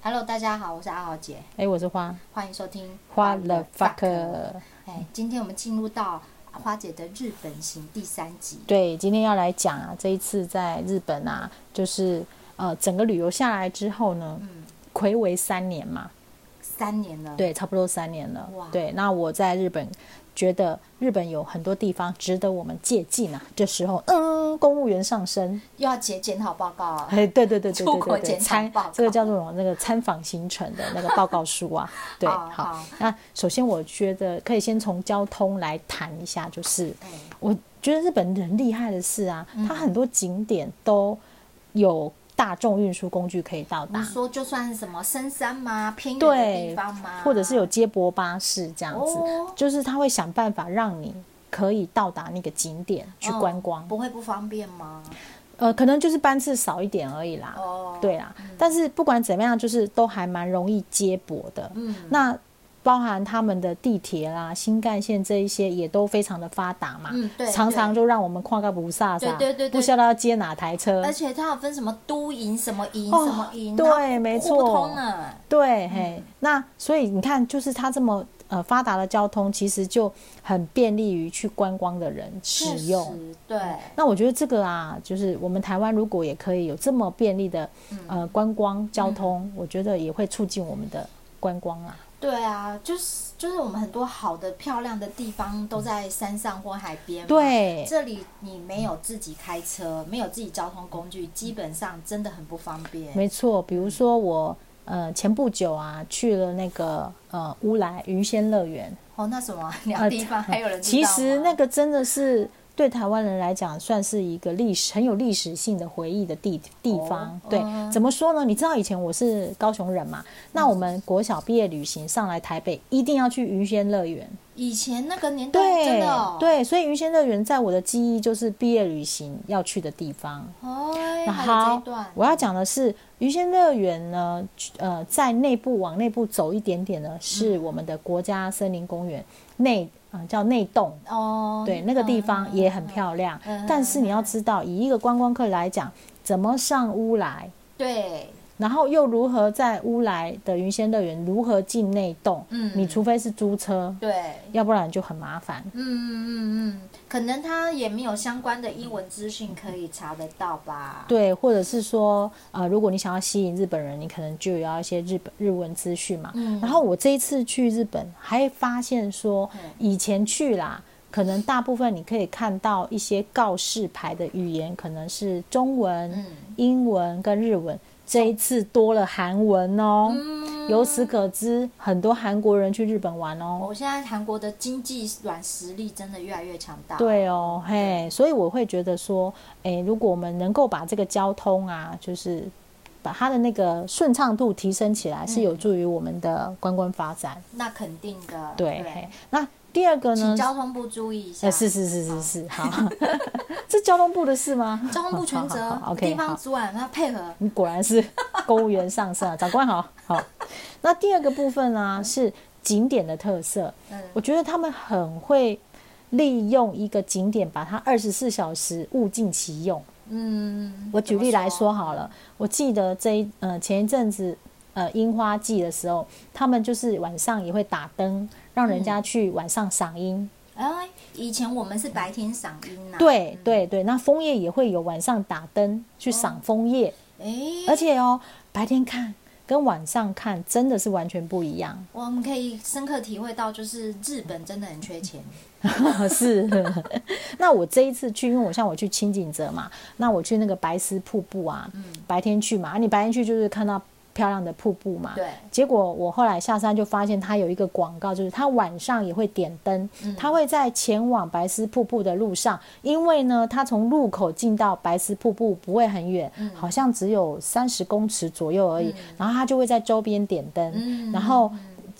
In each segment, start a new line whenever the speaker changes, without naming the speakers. Hello，大家好，我是阿豪姐，
哎，我是花
欢迎收听
花了 fuck。
哎，今天我们进入到花姐的日本行第三集。
对，今天要来讲啊，这一次在日本啊，就是呃，整个旅游下来之后呢，
嗯，
暌违三年嘛，
三年了。，
对，差不多三年了
哇。
对，那我在日本觉得日本有很多地方值得我们借鉴啊。这时候，嗯，公务员上身，
又要写检讨报告啊。
哎，对对对对
出
对
国
对对，
检查
参
报告
这个叫做什么那个参访行程的那个报告书啊。对，
好
好
好。
那首先我觉得可以先从交通来谈一下，就是
哎，
我觉得日本人厉害的是啊，
嗯
它很多景点都有大众运输工具可以到
你
达，
说就算什么深山吗？偏远的地
对
方吗？，
或者是有接驳巴士这样子，
哦
就是他会想办法让你可以到达那个景点去观光。
不会不方便吗？
呃，可能就是班次少一点而已啦。
哦，
对啦，但是不管怎么样，就是都还蛮容易接驳的。
嗯，
那包含他们的地铁啦、新干线这一些也都非常的发达嘛。
嗯对
常
对
常就让我们跨个不飒飒，
对对对对
不晓得要接哪台车。
而且它有分什么都营、什么营、
哦
什么营，
对
然后
没
互不
错
通啊呢。
对，
嗯
嘿，那所以你看，就是它这么呃发达的交通，其实就很便利于去观光的人使
确
用。
实，对，
那我觉得这个啊，就是我们台湾如果也可以有这么便利的
嗯
呃观光交通，我觉得也会促进我们的观光啦。
对啊，就是就是我们很多好的、漂亮的地方都在山上或海边。，
对，
这里你没有自己开车，没有自己交通工具，基本上真的很不方便。
嗯没错。比如说我呃前不久啊去了那个呃乌来鱼仙乐园，
哦，那什么聊
呃
地方还有人知道
其
吗
实那个真的是对台湾人来讲，算是一个历史很有历史性的回忆的地地方。
哦
对，
嗯
怎么说呢？你知道以前我是高雄人嘛，那我们国小毕业旅行上来台北，一定要去云仙乐园。
以前那个年代哦真
对
的、哦，，
对，所以云仙乐园在我的记忆就是毕业旅行要去的地方。
哦，
那
还有这一
好
段，
我要讲的是鱼仙乐园呢，呃，在内部往内部走一点点呢，
嗯
是我们的国家森林公园内，啊、叫内洞。
哦，
对，那个地方也很
亮，
漂亮。
嗯
但是你要知道，以一个观光客来讲，怎么上乌来，
对，
然后又如何在乌来的云仙乐园如何进内洞？
嗯
你除非是租车，
对，
要不然就很麻烦。
嗯嗯嗯，可能他也没有相关的英文资讯可以查得到吧？
对，或者是说，呃，如果你想要吸引日本人，你可能就要一些日本日文资讯嘛。
嗯
然后我这一次去日本，还发现说
嗯，
以前去啦，可能大部分你可以看到一些告示牌的语言可能是中文、
嗯
英文跟日文，这一次多了韩文哦。
嗯，
由此可知，很多韩国人去日本玩哦。
我现在韩国的经济软实力真的越来越强大。，
对哦，嘿，所以我会觉得说，诶，如果我们能够把这个交通啊，就是把它的那个顺畅度提升起
嗯
来，是有助于我们的观光发展。
那肯定的。
对，嘿，那第二个
请
呢？
交通部注意一下。
呃，是是是是是，好， 这交通部的事吗？
交通部全责，
好好好
地
，OK，
方
好，
主管他配合。
你果然是 公务员上身啊，长官好好。那第二个部分呢、是景点的特色，
嗯，
我觉得他们很会利用一个景点，把它二十四小时物尽其用。
嗯，
我举例来说
怎么
好了，我记得这一呃前一阵子呃樱花季的时候，他们就是晚上也会打灯，让人家去晚上赏樱。
说，哎，以前我们是白天赏樱呐。嗯
对对对，那枫叶也会有晚上打灯去赏枫叶，
哎，
而且哦白天看跟晚上看真的是完全不一样。
我们可以深刻体会到，就是日本真的很缺钱。
是， 那我这一次去，因为我像我去清景泽嘛，那我去那个白丝瀑布啊，白天去嘛，啊你白天去就是看到漂亮的瀑布嘛，
对
结果我后来下山就发现它有一个广告，就是它晚上也会点灯，它会在前往白丝瀑布的路上，因为呢，它从路口进到白丝瀑布不会很远，好像只有三十公尺左右而已，然后它就会在周边点灯，
嗯
然后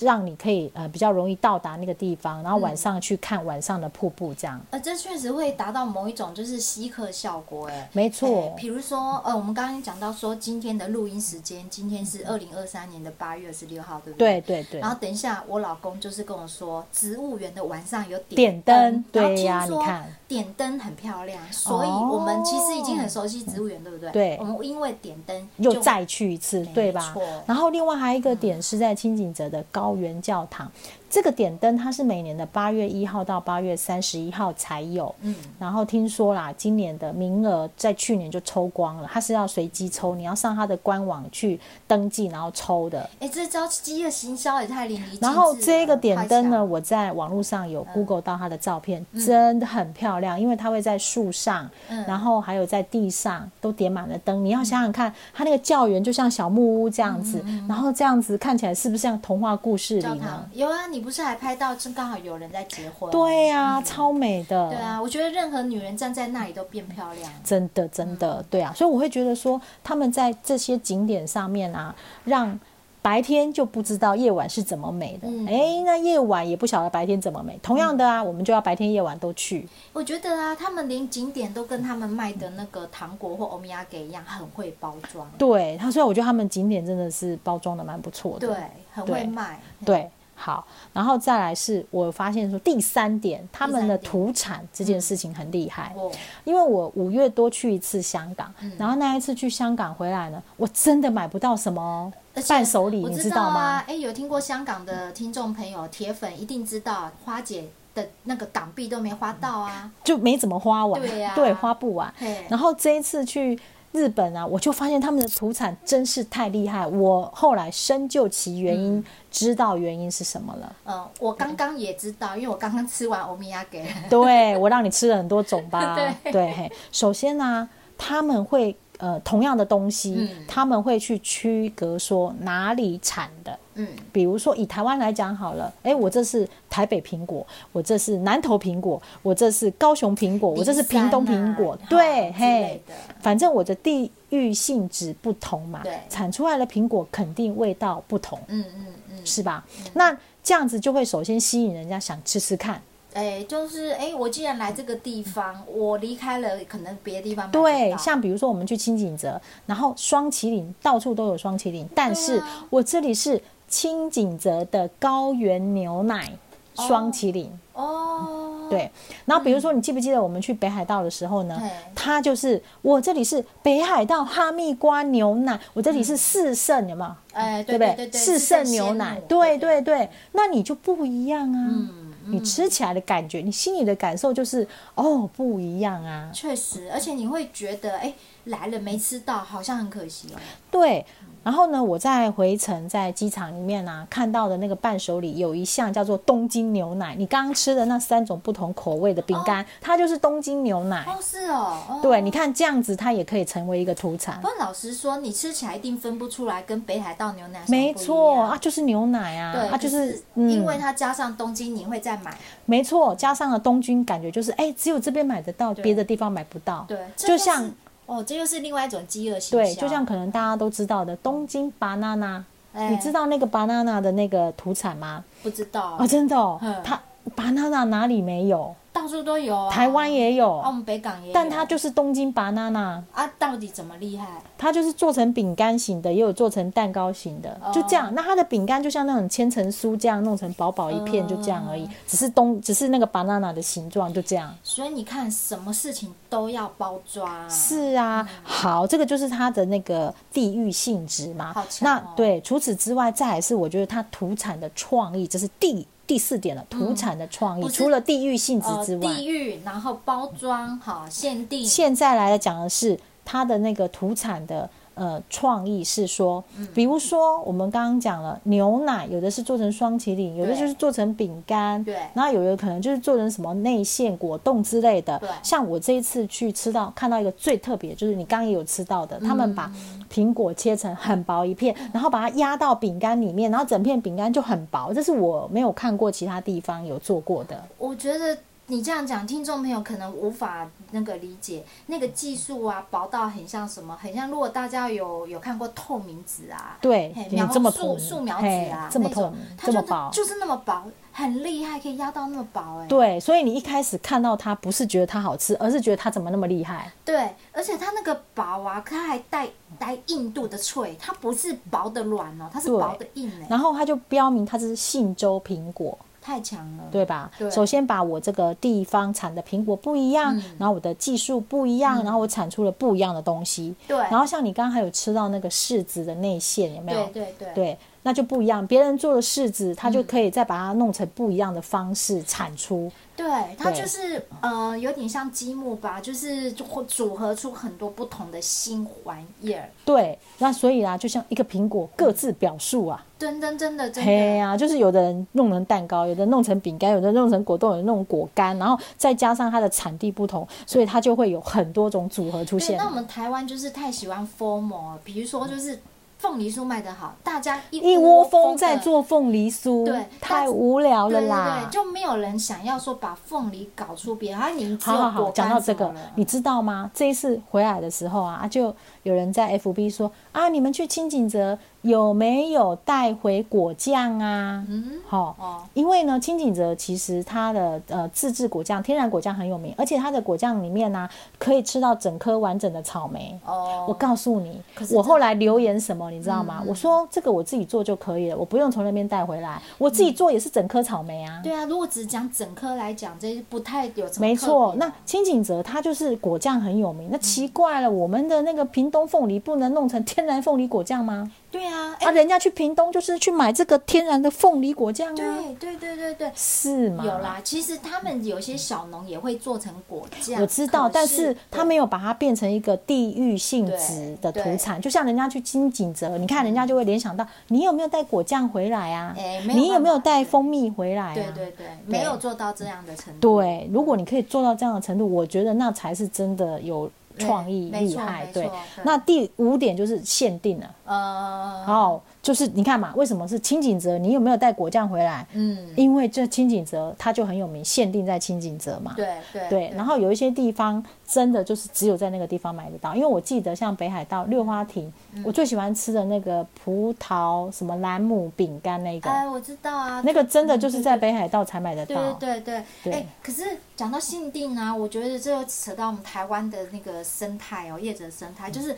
让你可以呃比较容易到达那个地方，
嗯
然后晚上去看晚上的瀑布这样。
呃，这确实会达到某一种就是吸客效果，哎，
没错
哎比如说，呃，我们刚刚讲到说今天的录音时间，今天是二零二三年的八月二十六号，对不
对
对？
对对
然，后等一下，我老公就是跟我说，植物园的晚上有
点
灯
灯，
然后
对呀
听说
你看
点灯很漂亮，所以我们其实已经很熟悉植物园，对不对？
对
我们因为点灯
又
就
再去一次，
没
对吧
错？
然后另外还有一个点是在清景泽的高原教堂，这个点灯它是每年的八月一号到八月三十一号才有。
嗯，
然后听说啦，今年的名额在去年就抽光了，它是要随机抽，你要上它的官网去登记，然后抽的。
哎，这招饥饿行销也太淋漓尽致了
然后这个点
太强
灯呢，
了
我在网络上
嗯
有 Google 到它的照片，真的很漂亮，因为它会在树上，
嗯
然后还有在地上都点满了灯。你要想想
嗯
看，它那个教园就像小木屋这样子，然后这样子看起来是不是像童话故事
教
里呢
堂？有啊，你不是还拍到正刚好有人在结婚？
对呀、超美的。
对啊，我觉得任何女人站在那里都变漂亮。
真的，真
嗯
的，对啊，所以我会觉得说，他们在这些景点上面啊，让白天就不知道夜晚是怎么美的，
嗯
诶，那夜晚也不晓得白天怎么美。同样的啊，我们就要白天夜晚都去，
我觉得啊，他们连景点都跟他们卖的那个糖果或欧米亚给一样，很会包装。
对，他所以我觉得他们景点真的是包装的蛮不错的，
对，很会卖。
对好，然后再来是我发现说第三点，他们的
第三
土产这件事情很厉害，
哦，
因为我五月多去一次香港，
嗯
然后那一次去香港回来呢，我真的买不到什么哦
而且
伴手礼，
我
你
知
道吗？
啊，哎，有听过香港的听众朋友、铁粉一定知道，花姐的那个港币都没花到啊。
就没怎么花完，
对呀
花不完。
嘿，
然后这一次去日本啊，我就发现他们的土产真是太厉害。我后来深究其原因，知道原因是什么了。
嗯，我刚刚也知道，因为我刚刚吃完欧米亚给。？
对我让你吃了很多种吧
对
嘿首先呢、他们会呃同样的东西，
嗯
他们会去区隔说哪里产的。
嗯，
比如说以台湾来讲好了，哎，我这是台北苹果，我这是南投苹果，我这是高雄苹哦果，我这是屏东苹果，
零三啊
对，
啊之
嘿
类，的
反正我的地域性质不同嘛
对，
产出来的苹果肯定味道不同，
嗯嗯嗯，
是吧？那这样子就会首先吸引人家想吃吃看，
哎，就是哎，我既然来这个地方，我离开了可能别的地方买不
对，
到
像比如说我们去清景泽，然后双麒麟到处都有双麒麟，但是我这里是清景泽的高原牛奶双麒麟。
哦，
对，然后比如说，你记不记得我们去北海道的时候呢
对？
它就是我这里是北海道哈密瓜牛奶，我这里是四圣，有没有？
哎，
嗯对
对
不
对
对？
对，
四圣牛奶，对对对，那你就不一样啊。
嗯
你吃起来的感觉，你心里的感受就是哦，不一样啊。
确实，而且你会觉得，哎，来了没吃到，好像很可惜哦。
对，然后呢，我在回程在机场里面啊看到的那个伴手礼有一项叫做东京牛奶，你刚刚吃的那三种不同口味的饼干，它就是东京牛奶。
哦，是哦，哦
对，你。看这样子，它也可以成为一个土产
不。过老实说，你吃起来一定分不出来跟北海道牛奶有什么
没
不一
错
样
啊，，就是牛奶啊，
对，
啊
可
就是
因为
嗯，
它加上东京，你会再买，
没错，加上了东京，感觉就是哎，只有这边买得到，别的地方买不到。
对，这
就是像
哦，这又是另外一种饥饿行销，
对，就像可能大家都知道的东京 banana，
哎
你知道那个 banana 的那个土产吗？
不知道
啊，真的哦
嗯，
它 banana 哪里没有？
到处都有啊，
台湾也
啊，我
有，
们北港也有，
但它就是东京 banana。
啊，到底怎么厉害？
它就是做成饼干型的，也有做成蛋糕型的，
哦
就这样。那它的饼干就像那种千层酥这样弄成薄薄一片，就这样而
哦
已。只是东，只是那个 banana 的形状，就这样。
所以你看，什么事情都要包装，
是啊，好，这个就是它的那个地域性质嘛。
好强
那
哦
对，除此之外，再来是我觉得它土产的创意，这是第第四点了，土产的创
嗯
意。
不是
除了地域性质
呃
之外，
地域，然后包装好限定，
现在来讲的是它的那个土产的呃创意是说，
嗯
比如说我们刚刚讲了牛奶，有的是做成双麒麟，有的
对
就是做成饼干，
对
然后有的可能就是做成什么内馅果冻之类的
对。
像我这一次去吃到看到一个最特别，就是你刚刚也有吃到
嗯
的，他们把苹果切成很薄一片，然后把它压到饼干里面，然后整片饼干就很薄，这是我没有看过其他地方有做过的。
我觉得你这样讲，听众朋友可能无法那个理解，那个技术啊，薄到很像什么，很像如果大家有有看过透明纸啊，
对
嘿，
也
描
这么透
素
明
素描
嘿
纸啊，
这么
那
透
种
明，
它
这
就
么
那
薄，
就是那么薄，很厉害，可以压到那么薄哎、
对，所以你一开始看到它，不是觉得它好吃，而是觉得它怎么那么厉害？
对，而且它那个薄啊，它还带带硬度的脆，它不是薄的软哦，它是
对
薄的硬哎、
然后它就标明它是信州苹果，
太强了。
对吧？
嗯对
首先把我这个地方产的苹果不一样，
嗯
然后我的技术不一样，然后我产出了不一样的东西。
对
然后像你刚刚还有吃到那个柿子的内馅，有没有？
对对对嗯
对那就不一样。别人做的柿子，它就可以再把它弄成不一样的方式产出。
对，它
对
就是呃，有点像积木吧，就是就会组合出很多不同的新玩意儿。
对，那所以啊，就像一个苹果各自表述啊，
真真真的真
嘿
的，
呀、啊就是有的人弄成蛋糕，有的弄成饼干，有的弄成果冻，有的弄果干，然后再加上它的产地不同，所以它就会有很多种组合出
对。
现
那。我们台湾就是太喜欢 formal，了比如说就是凤梨酥卖得好，大家一
一窝蜂在做凤梨酥，
对
太无聊
好对
了
对
啦
对，。就没有人想要说把凤梨搞出别人，而你只
好
有
好
果
好，
干
讲到这
什
个
么了，
你知道吗？这一次回来的时候啊，就有人在 FB 说啊，你们去清景泽有没有带回果酱啊？
嗯
好、
哦，
因为呢，清景泽其实它的呃自制果酱、天然果酱很有名，而且它的果酱里面呢、可以吃到整颗完整的草莓。
哦，
我告诉你
可，是
我
这嗯
后来留言什么，你知道吗？我说这个我自己做就可以了，我不用从那边带回来，我自己做也是整颗草莓啊。
嗯对啊，如果只讲整颗来讲，这不太有什么
没
特
错，
别嗯
那清景泽它就是果酱很有名，那奇怪了，我们的那个屏东凤梨不能弄成天然凤梨果酱吗？
对啊，哎、
啊，人家去屏东就是去买这个天然的凤梨果酱啊，
对对对对对，
是吗？
有啦。其实他们有些小农也会做成果酱，
我知道，
可
但是他没
有
有把它变成一个地域性质的
对
土产，就像人家去金井泽，你看人家就会联想到你有没有带果酱回来啊？
嗯哎没有
你有没
办
有
法
带蜂蜜回来啊？
对对对，没有做到这样的程度。
对，如果你可以做到这样的程度，我觉得那才是真的有创意
没没
厉
错
害
没。
对
错，对
那第五点就是限定了，
呃，
哦，就是你看嘛，为什么是清景泽？你有没有带果酱回来？
嗯，
因为这清景泽它就很有名，限定在清景泽嘛。
对对
对，然后有一些地方真的就是只有在那个地方买得到，因为我记得像北海道六花亭，
嗯
我最喜欢吃的那个葡萄什么兰姆饼干那个，
哎，我知道啊，
那个真的就是在北海道才买得
对
到。
对对对，
对
哎，可是讲到限定啊，我觉得这又扯到我们台湾的那个生态哦，业者生态就是。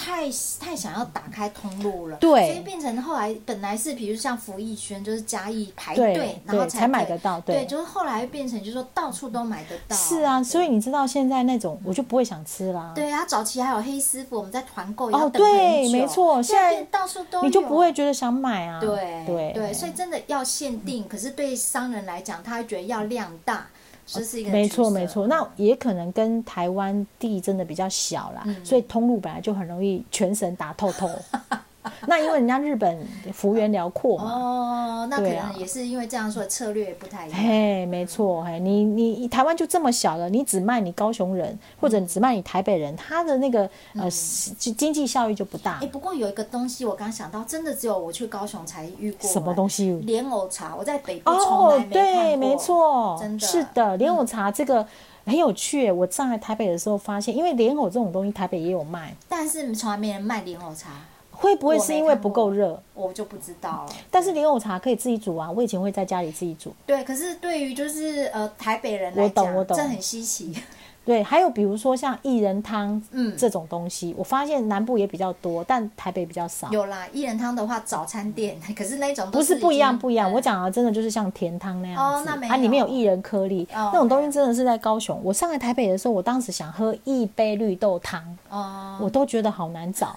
太太想要打开通路了，
对
所以变成后来本来是比如像福艺轩，就是嘉义排
对
队，然
对
后
才
买
买得到
对，
对
就是后来变成就是说到处都买得到，
是啊，所以你知道现在那种我就不会想吃啦。
对啊，早期还有黑师傅，我们在团购也要
哦，
等很久
对，没错，现
现在
在
变到处都有
你就不会觉得想买啊。
对
对嗯
对，所以真的要限定，可是对商人来讲，他会觉得要量大，这是一个
没
取
错
舍
没错，那也可能跟台湾地真的比较小啦，
嗯
所以通路本来就很容易全省打透透。 那因为人家日本幅员辽阔嘛，
哦，那可
对啊
能也是因为这样说策略不太一样。
嘿，没错，嘿，你你台湾就这么小了，你只卖你高雄人，或者你只卖你台北人，他的那个呃是经济效益就不大
嗯哎、。不过有一个东西我刚想到，真的只有我去高雄才遇过、
什么东西？
莲藕茶，我在北部从来
哦
没看，过。
对，没错
真，的嗯
是的，莲藕茶这个很有趣。我上来台北的时候发现，因为莲藕这种东西台北也有卖，
但是从来没人卖莲藕茶，
会不会是因为不够热？
我就不知道了。
但是莲藕茶可以自己煮啊，我以前会在家里自己煮。
对，可是对于就是呃台北人来
我懂
讲，
我懂
这很稀奇。
对，还有比如说像薏仁汤，
嗯
这种东西，我发现南部也比较多，但台北比较少。
有啦，薏仁汤的话，早餐店， 可是那种都
不是不一
已
样，
经
不一样。
嗯
我讲的真的就是像甜汤那样
哦
子，
那没
啊，里面有
有
薏仁颗粒，
哦
那种东
没有
西真的是在高雄。我上来台北的时候，我当时想喝一杯绿豆汤，
哦，
我都觉得好难 找。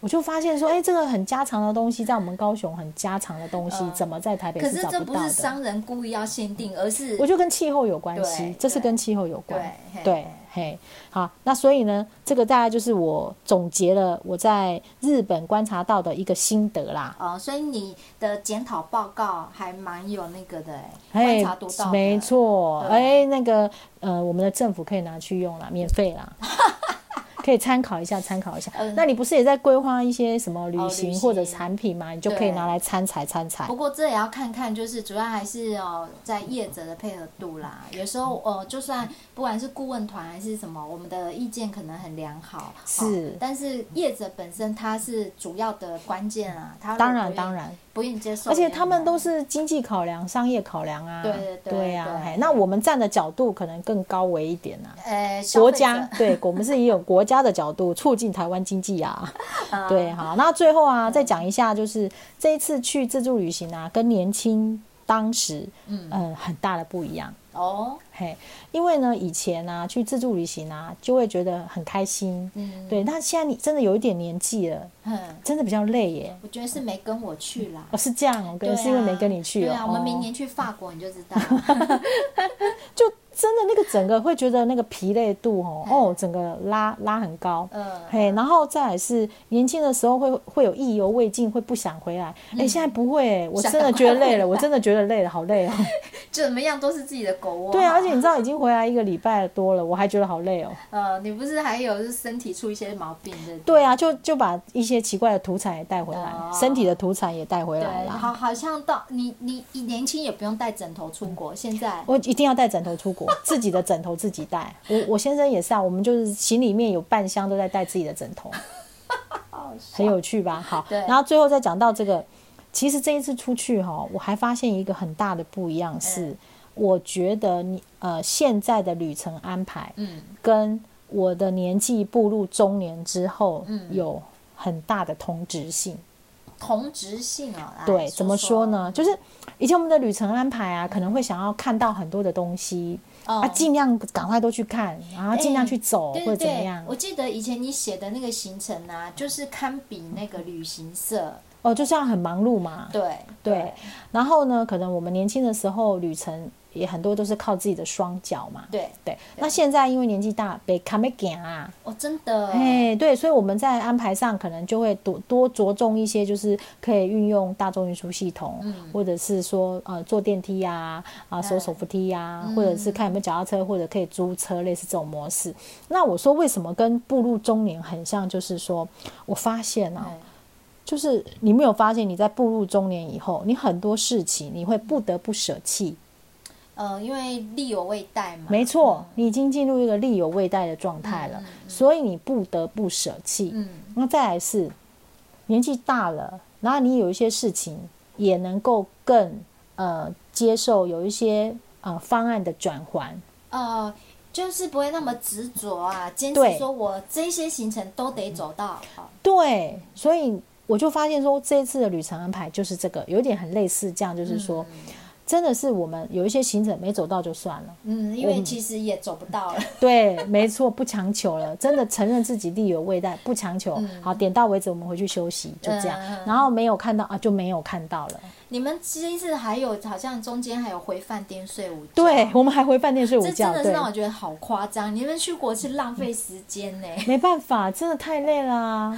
我就发现说，哎、这个很家常的东西，在我们高雄很家常的东西，怎么在台北
嗯可
是
是
找
这
不
不
到
是
的？
商人故意要限定，而是
我就跟气候有关系
对，
这是
对
跟气候有关。
对
对，嘿，好，那所以呢，这个大概就是我总结了我在日本观察到的一个心得啦。
哦，所以你的检讨报告还蛮有那个的欸，
哎
观察独到的，嗯
没错，
对
哎、那个呃，我们的政府可以拿去用啦，免费啦。可以参考一下，参考一下
嗯。
那你不是也在规划一些什么旅
哦旅
行
行
或者产品嘛？你就可以拿来参采参采
不。过这也要看看，就是主要还是哦，在业者的配合度啦。有时候
嗯
呃，就算不管是顾问团还是什么，我们的意见可能很良好，
是
哦但是业者本身他是主要的关键啊，他如果
当
不
然
愿
当然，
不愿意接受
而
也
且
很难，
他们都是经济考量、商业考量啊。
对对对
对啊
对，
嘿那我们站的角度可能更高维一点啊。
呃消
国
费
家
者
对我们是以有国家的角度促进台湾经济啊。
啊嗯
对，好，那最后啊，再讲一下，就是这一次去自助旅行啊，跟年轻当时
嗯
呃很大的不一样。
哦
嘿，因为呢，以前啊去自助旅行啊，就会觉得很开心，
嗯
对。但现在你真的有一点年纪了，
嗯，
真的比较累耶。
我觉得是没跟我去啦。
哦，是这样哦，可
对
能
啊，
是因为没跟你去哦。
对啊，我们明
哦
年去法国你就知道了。
就真的那个整个会觉得那个疲累度哦，哦，整个拉拉很高。
嗯
嘿，然后再来是年轻的时候会会有意犹未尽，会不想回来。哎、现在不会、我
嗯想
真的
赶快
觉得累
回
了，我
来
真的觉得累了，好累 哦。
怎么样都是自己的狗窝。哦
对啊，而且你知道已经回来一个礼拜多了，我还觉得好累哦。
呃，你不是还有是身体出一些毛病对不
对啊，就就把一些奇怪的土产也带回来，
哦
身体的土产也带回来
对，
啦。
好，好像到你你你年轻也不用带枕头出国，现在
我一定要带枕头出国，自己的枕头自己带。我我先生也是啊，我们就是行李里面有半箱都在带自己的枕头，很有趣吧？好，
对
然后最后再讲到这个，其实这一次出去哈、我还发现一个很大的不一样是，我觉得你呃现在的旅程安排
嗯
跟我的年纪步入中年之后
嗯
有很大的同质性。
同质性哦。来
对，怎么说？呢？就是以前我们的旅程安排啊，可能会想要看到很多的东西、
哦
啊，尽量赶快都去看，然后尽量去走、
对
或者
对
怎么
对
样，
我。记得以前你写的那个行程啊，就是堪比那个旅行社，
哦，就这样很忙碌嘛。
对
对，然后呢，可能我们年轻的时候旅程也很多都是靠自己的双脚嘛。
对，
对，那现在因为年纪大，被卡没行啊，
哦，真的，
哎，对，所以我们在安排上可能就会多多着重一些，就是可以运用大众运输系统，
嗯
或者是说呃坐电梯呀、啊，手手扶梯呀、
嗯
或者是看有没有脚踏车，或者可以租车，类似这种模式。那我说为什么跟步入中年很像，就是说我发现啊，
哎
就是你没有发现你在步入中年以后，你很多事情你会不得不舍弃。
呃，因为力有未逮嘛，
没错，你已经进入一个力有未逮的状态了，
嗯嗯嗯
所以你不得不舍弃。
嗯，
那再来是年纪大了，然后你有一些事情也能够更呃接受，有一些呃方案的转换。
呃，就是不会那么执着啊，坚
对
持说我这些行程都得走到，哦
对，所以我就发现说，这一次的旅程安排就是这个，有点很类似这样，就是说，真的是我们有一些行程没走到就算了，
嗯，因为其实也走不到了，
对，没错，不强求了，真的承认自己力有未逮，不强求。好，点到为止，我们回去休息，就这样
嗯嗯嗯嗯。啊
然后没有看到啊，就没有看到了。
你们这一次还有好像中间还有回饭店睡午觉，
对，我们还回饭店睡午
这
觉，
真的是
对。
让我觉得好夸张。你们去国是浪费时间呢、
没办法，真的太累 啦、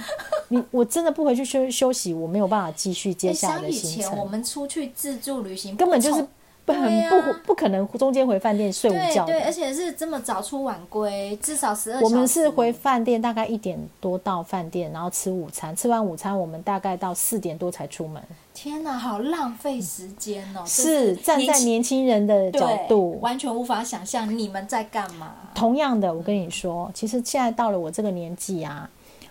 你我真的不回去休休息，我没有办法继续接
欸
下来
像
的
以
行
前我
程，
们出去自助旅行，
根本就是不
不
很
对啊
不不可能中间回饭店睡午
对
觉
对，而
的。
且是这么早出晚归，至少十二。
我们是回饭店，大概一点多到饭店，然后吃午餐。吃完午餐，我们大概到四点多才出门。
天哪，好浪费时间哦！
是
真
站在
轻
年轻人的角
对
度。
完全无法想象你们在干嘛。
同样的，我跟你说，其实现在到了我这个年纪啊，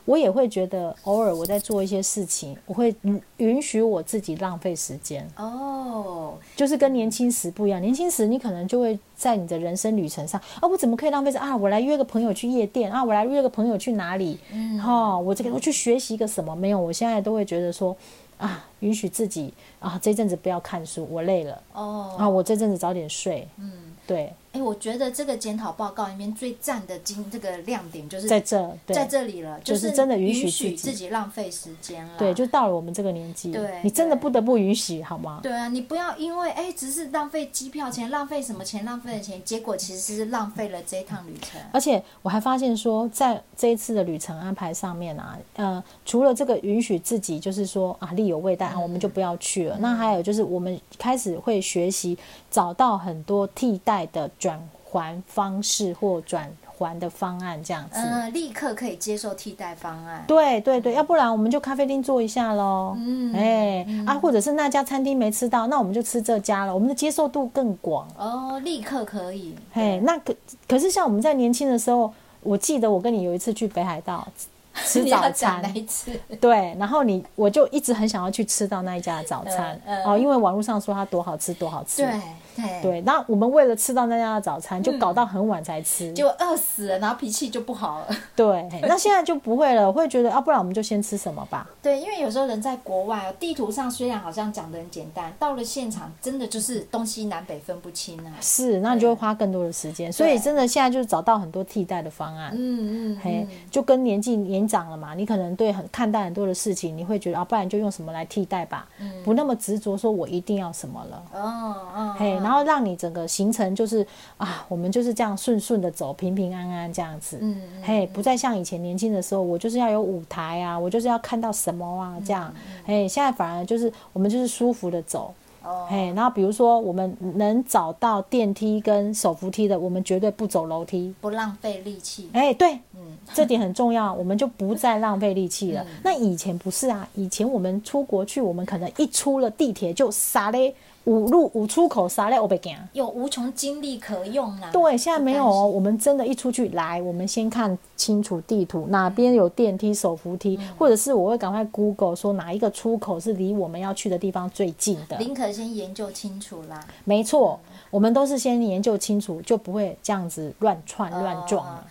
我也会觉得偶尔我在做一些事情，我会允允许我自己浪费时间。
哦，
就是跟年轻时不一样，年轻时你可能就会在你的人生旅程上啊，我怎么可以浪费这啊？我来约个朋友去夜店啊，我来约个朋友去哪里？
嗯
哦，我这个我去学习一个什么？没有，我现在都会觉得说啊，允许自己啊，这阵子不要看书，我累了
哦，
啊，我这阵子早点睡。
嗯，
对，
哎，我觉得这个检讨报告里面最赞的经这个亮点就是
在这，对
在这里了，
就是是真的允
允
许自己
自己浪费时间了。
对，就到了我们这个年纪
对，
你真的
对
不得不允许，好吗？
对啊，你不要因为哎，只是浪费机票钱、浪费什么钱、浪费了钱，结果其实是浪费了这一趟旅 程。
而且我还发现说，在这一次的旅程安排上面啊，呃，除了这个允许自己就是说啊力有未逮啊，
嗯
我们就不要去了。那还有就是我们开始会学习找到很多替代的转还方式或转还的方案这样子。
嗯，立刻可以接受替代方案。
对对对，要不然我们就咖啡厅坐一下喽。
嗯
哎、
嗯
啊，或者是那家餐厅没吃到，那我们就吃这家了，我们的接受度更广。
哦，立刻可以。
嘿，那可可是像我们在年轻的时候，我记得我跟你有一次去北海道 吃
你
早
要讲
餐
哪，一次？
对，然后你我就一直很想要去吃到那一家的早餐、
嗯嗯
哦，因为网络上说它多好吃，多好吃。
对对。
对，那我们为了吃到那家的早餐，就搞到很晚才吃。
结果饿死了，然后脾气就不好了。
对，嘿那现在就不会了，我会觉得啊，不然我们就先吃什么吧。
对，因为有时候人在国外，哦地图上虽然好像讲的很简单，到了现场真的就是东西南北分不清啊。
是，那你就会花更多的时间。所以真的现在就是找到很多替代的方案。
嗯嗯
嘿
嗯，，
就跟年纪年长了嘛，你可能对很看待很多的事情，你会觉得啊，不然就用什么来替代吧，
嗯
不那么执着说我一定要什么了。
哦哦，
嘿，
哦
然后让你整个行程就是啊，我们就是这样顺顺的走，平平安安这样子。
嗯嗯
嘿，不再像以前年轻的时候，我就是要有舞台啊，我就是要看到什么啊
嗯
这样。嘿，现在反而就是我们就是舒服的走。
哦
嘿，然后比如说我们能找到电梯跟手扶梯的，我们绝对不走楼梯。
不浪费力气。
哎，对，
嗯
这点很重要，我们就不再浪费力气了。那以前不是啊，以前我们出国去，我们可能一出了地铁就撒嘞五路五出口撒嘞我北行。
有无穷精力可用啊啦。
对，现在没有哦。
不
我们真的，一出去来，我们先看清楚地图，哪边有电梯、手扶梯，或者是我会赶快 Google 说哪一个出口是离我们要去的地方最近的
担心。林可先研究清楚啦，
没错，我们都是先研究清楚，就不会这样子乱窜乱撞了。
哦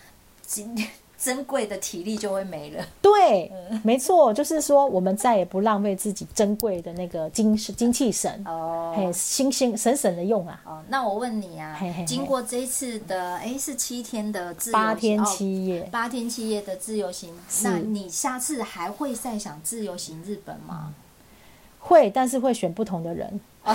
今 珍贵的体力就会没了。
对，没错，就是说我们再也不浪费自己珍贵的那个精精气神，嘿，
哦
心心省省的用啊，
哦，那我问你啊
嘿嘿嘿，
经过这一次的，哎，是七天的自由
八天
哦
七夜。
八天七夜的自由行，
是
那你下次还会再想自由行日本吗？
会，但是会选不同的人。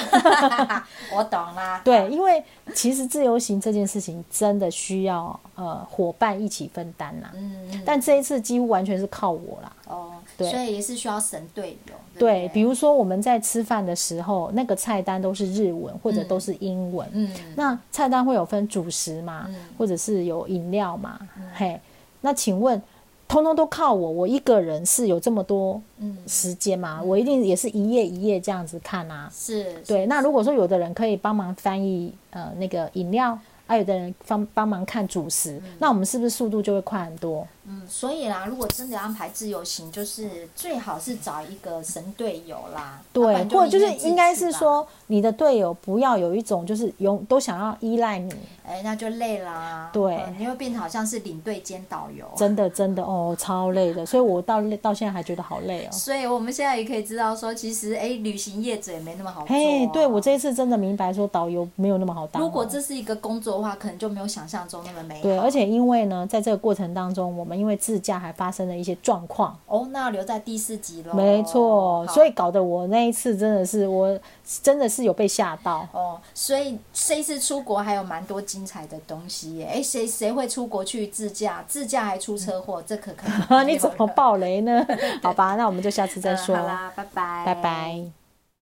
我懂啦，
嗯 对，因为其实自由行这件事情真的需要呃伙伴一起分担啦。
嗯，嗯
但这一次几乎完全是靠我啦。
哦，
对
所以也是需要神队友，
对，
不
比如说我们在吃饭的时候，那个菜单都是日文或者都是英文。
嗯，
那菜单会有分主食嘛，
嗯
或者是有饮料嘛，嘿。那请问，通通都靠我，我一个人是有这么多
嗯
时间嘛？我一定也是一页一页这样子看啊。
是，
对，那如果说有的人可以帮忙翻译呃那个饮料，啊还、有的人帮帮忙看主食，那我们是不是速度就会快很多？
嗯，所以啦，如果真的要安排自由行，就是最好是找一个神队友啦，啊要不
对
然，
或者就是
宁愿自己
应该
去
是
吧，
说，你的队友不要有一种就是永都想要依赖你，
哎，那就累啦，
对
嗯你会变成好像是领队兼导游，
真的真的哦，超累的，所以我到到现在还觉得好累哦。
所以我们现在也可以知道说，其实哎，旅行业者也没那么好做啊，
嘿，对我这一次真的明白说导游没有那么好当哦、
如果这是一个工作的话，可能就没有想象中那么美好。
对，而且因为呢，在这个过程当中，我们因为自驾还发生了一些状况，
哦，那要留在第四集喽。
没错，
好
所以搞得我那一次真的是我真的是有被吓到。
哦，所以这一次出国还有蛮多精彩的东西耶。哎，谁谁会出国去自驾？自驾还出车祸，这可可能
你怎么
办？
爆雷呢？好吧，那我们就下次再
嗯
说，
好啦，拜拜，
拜拜。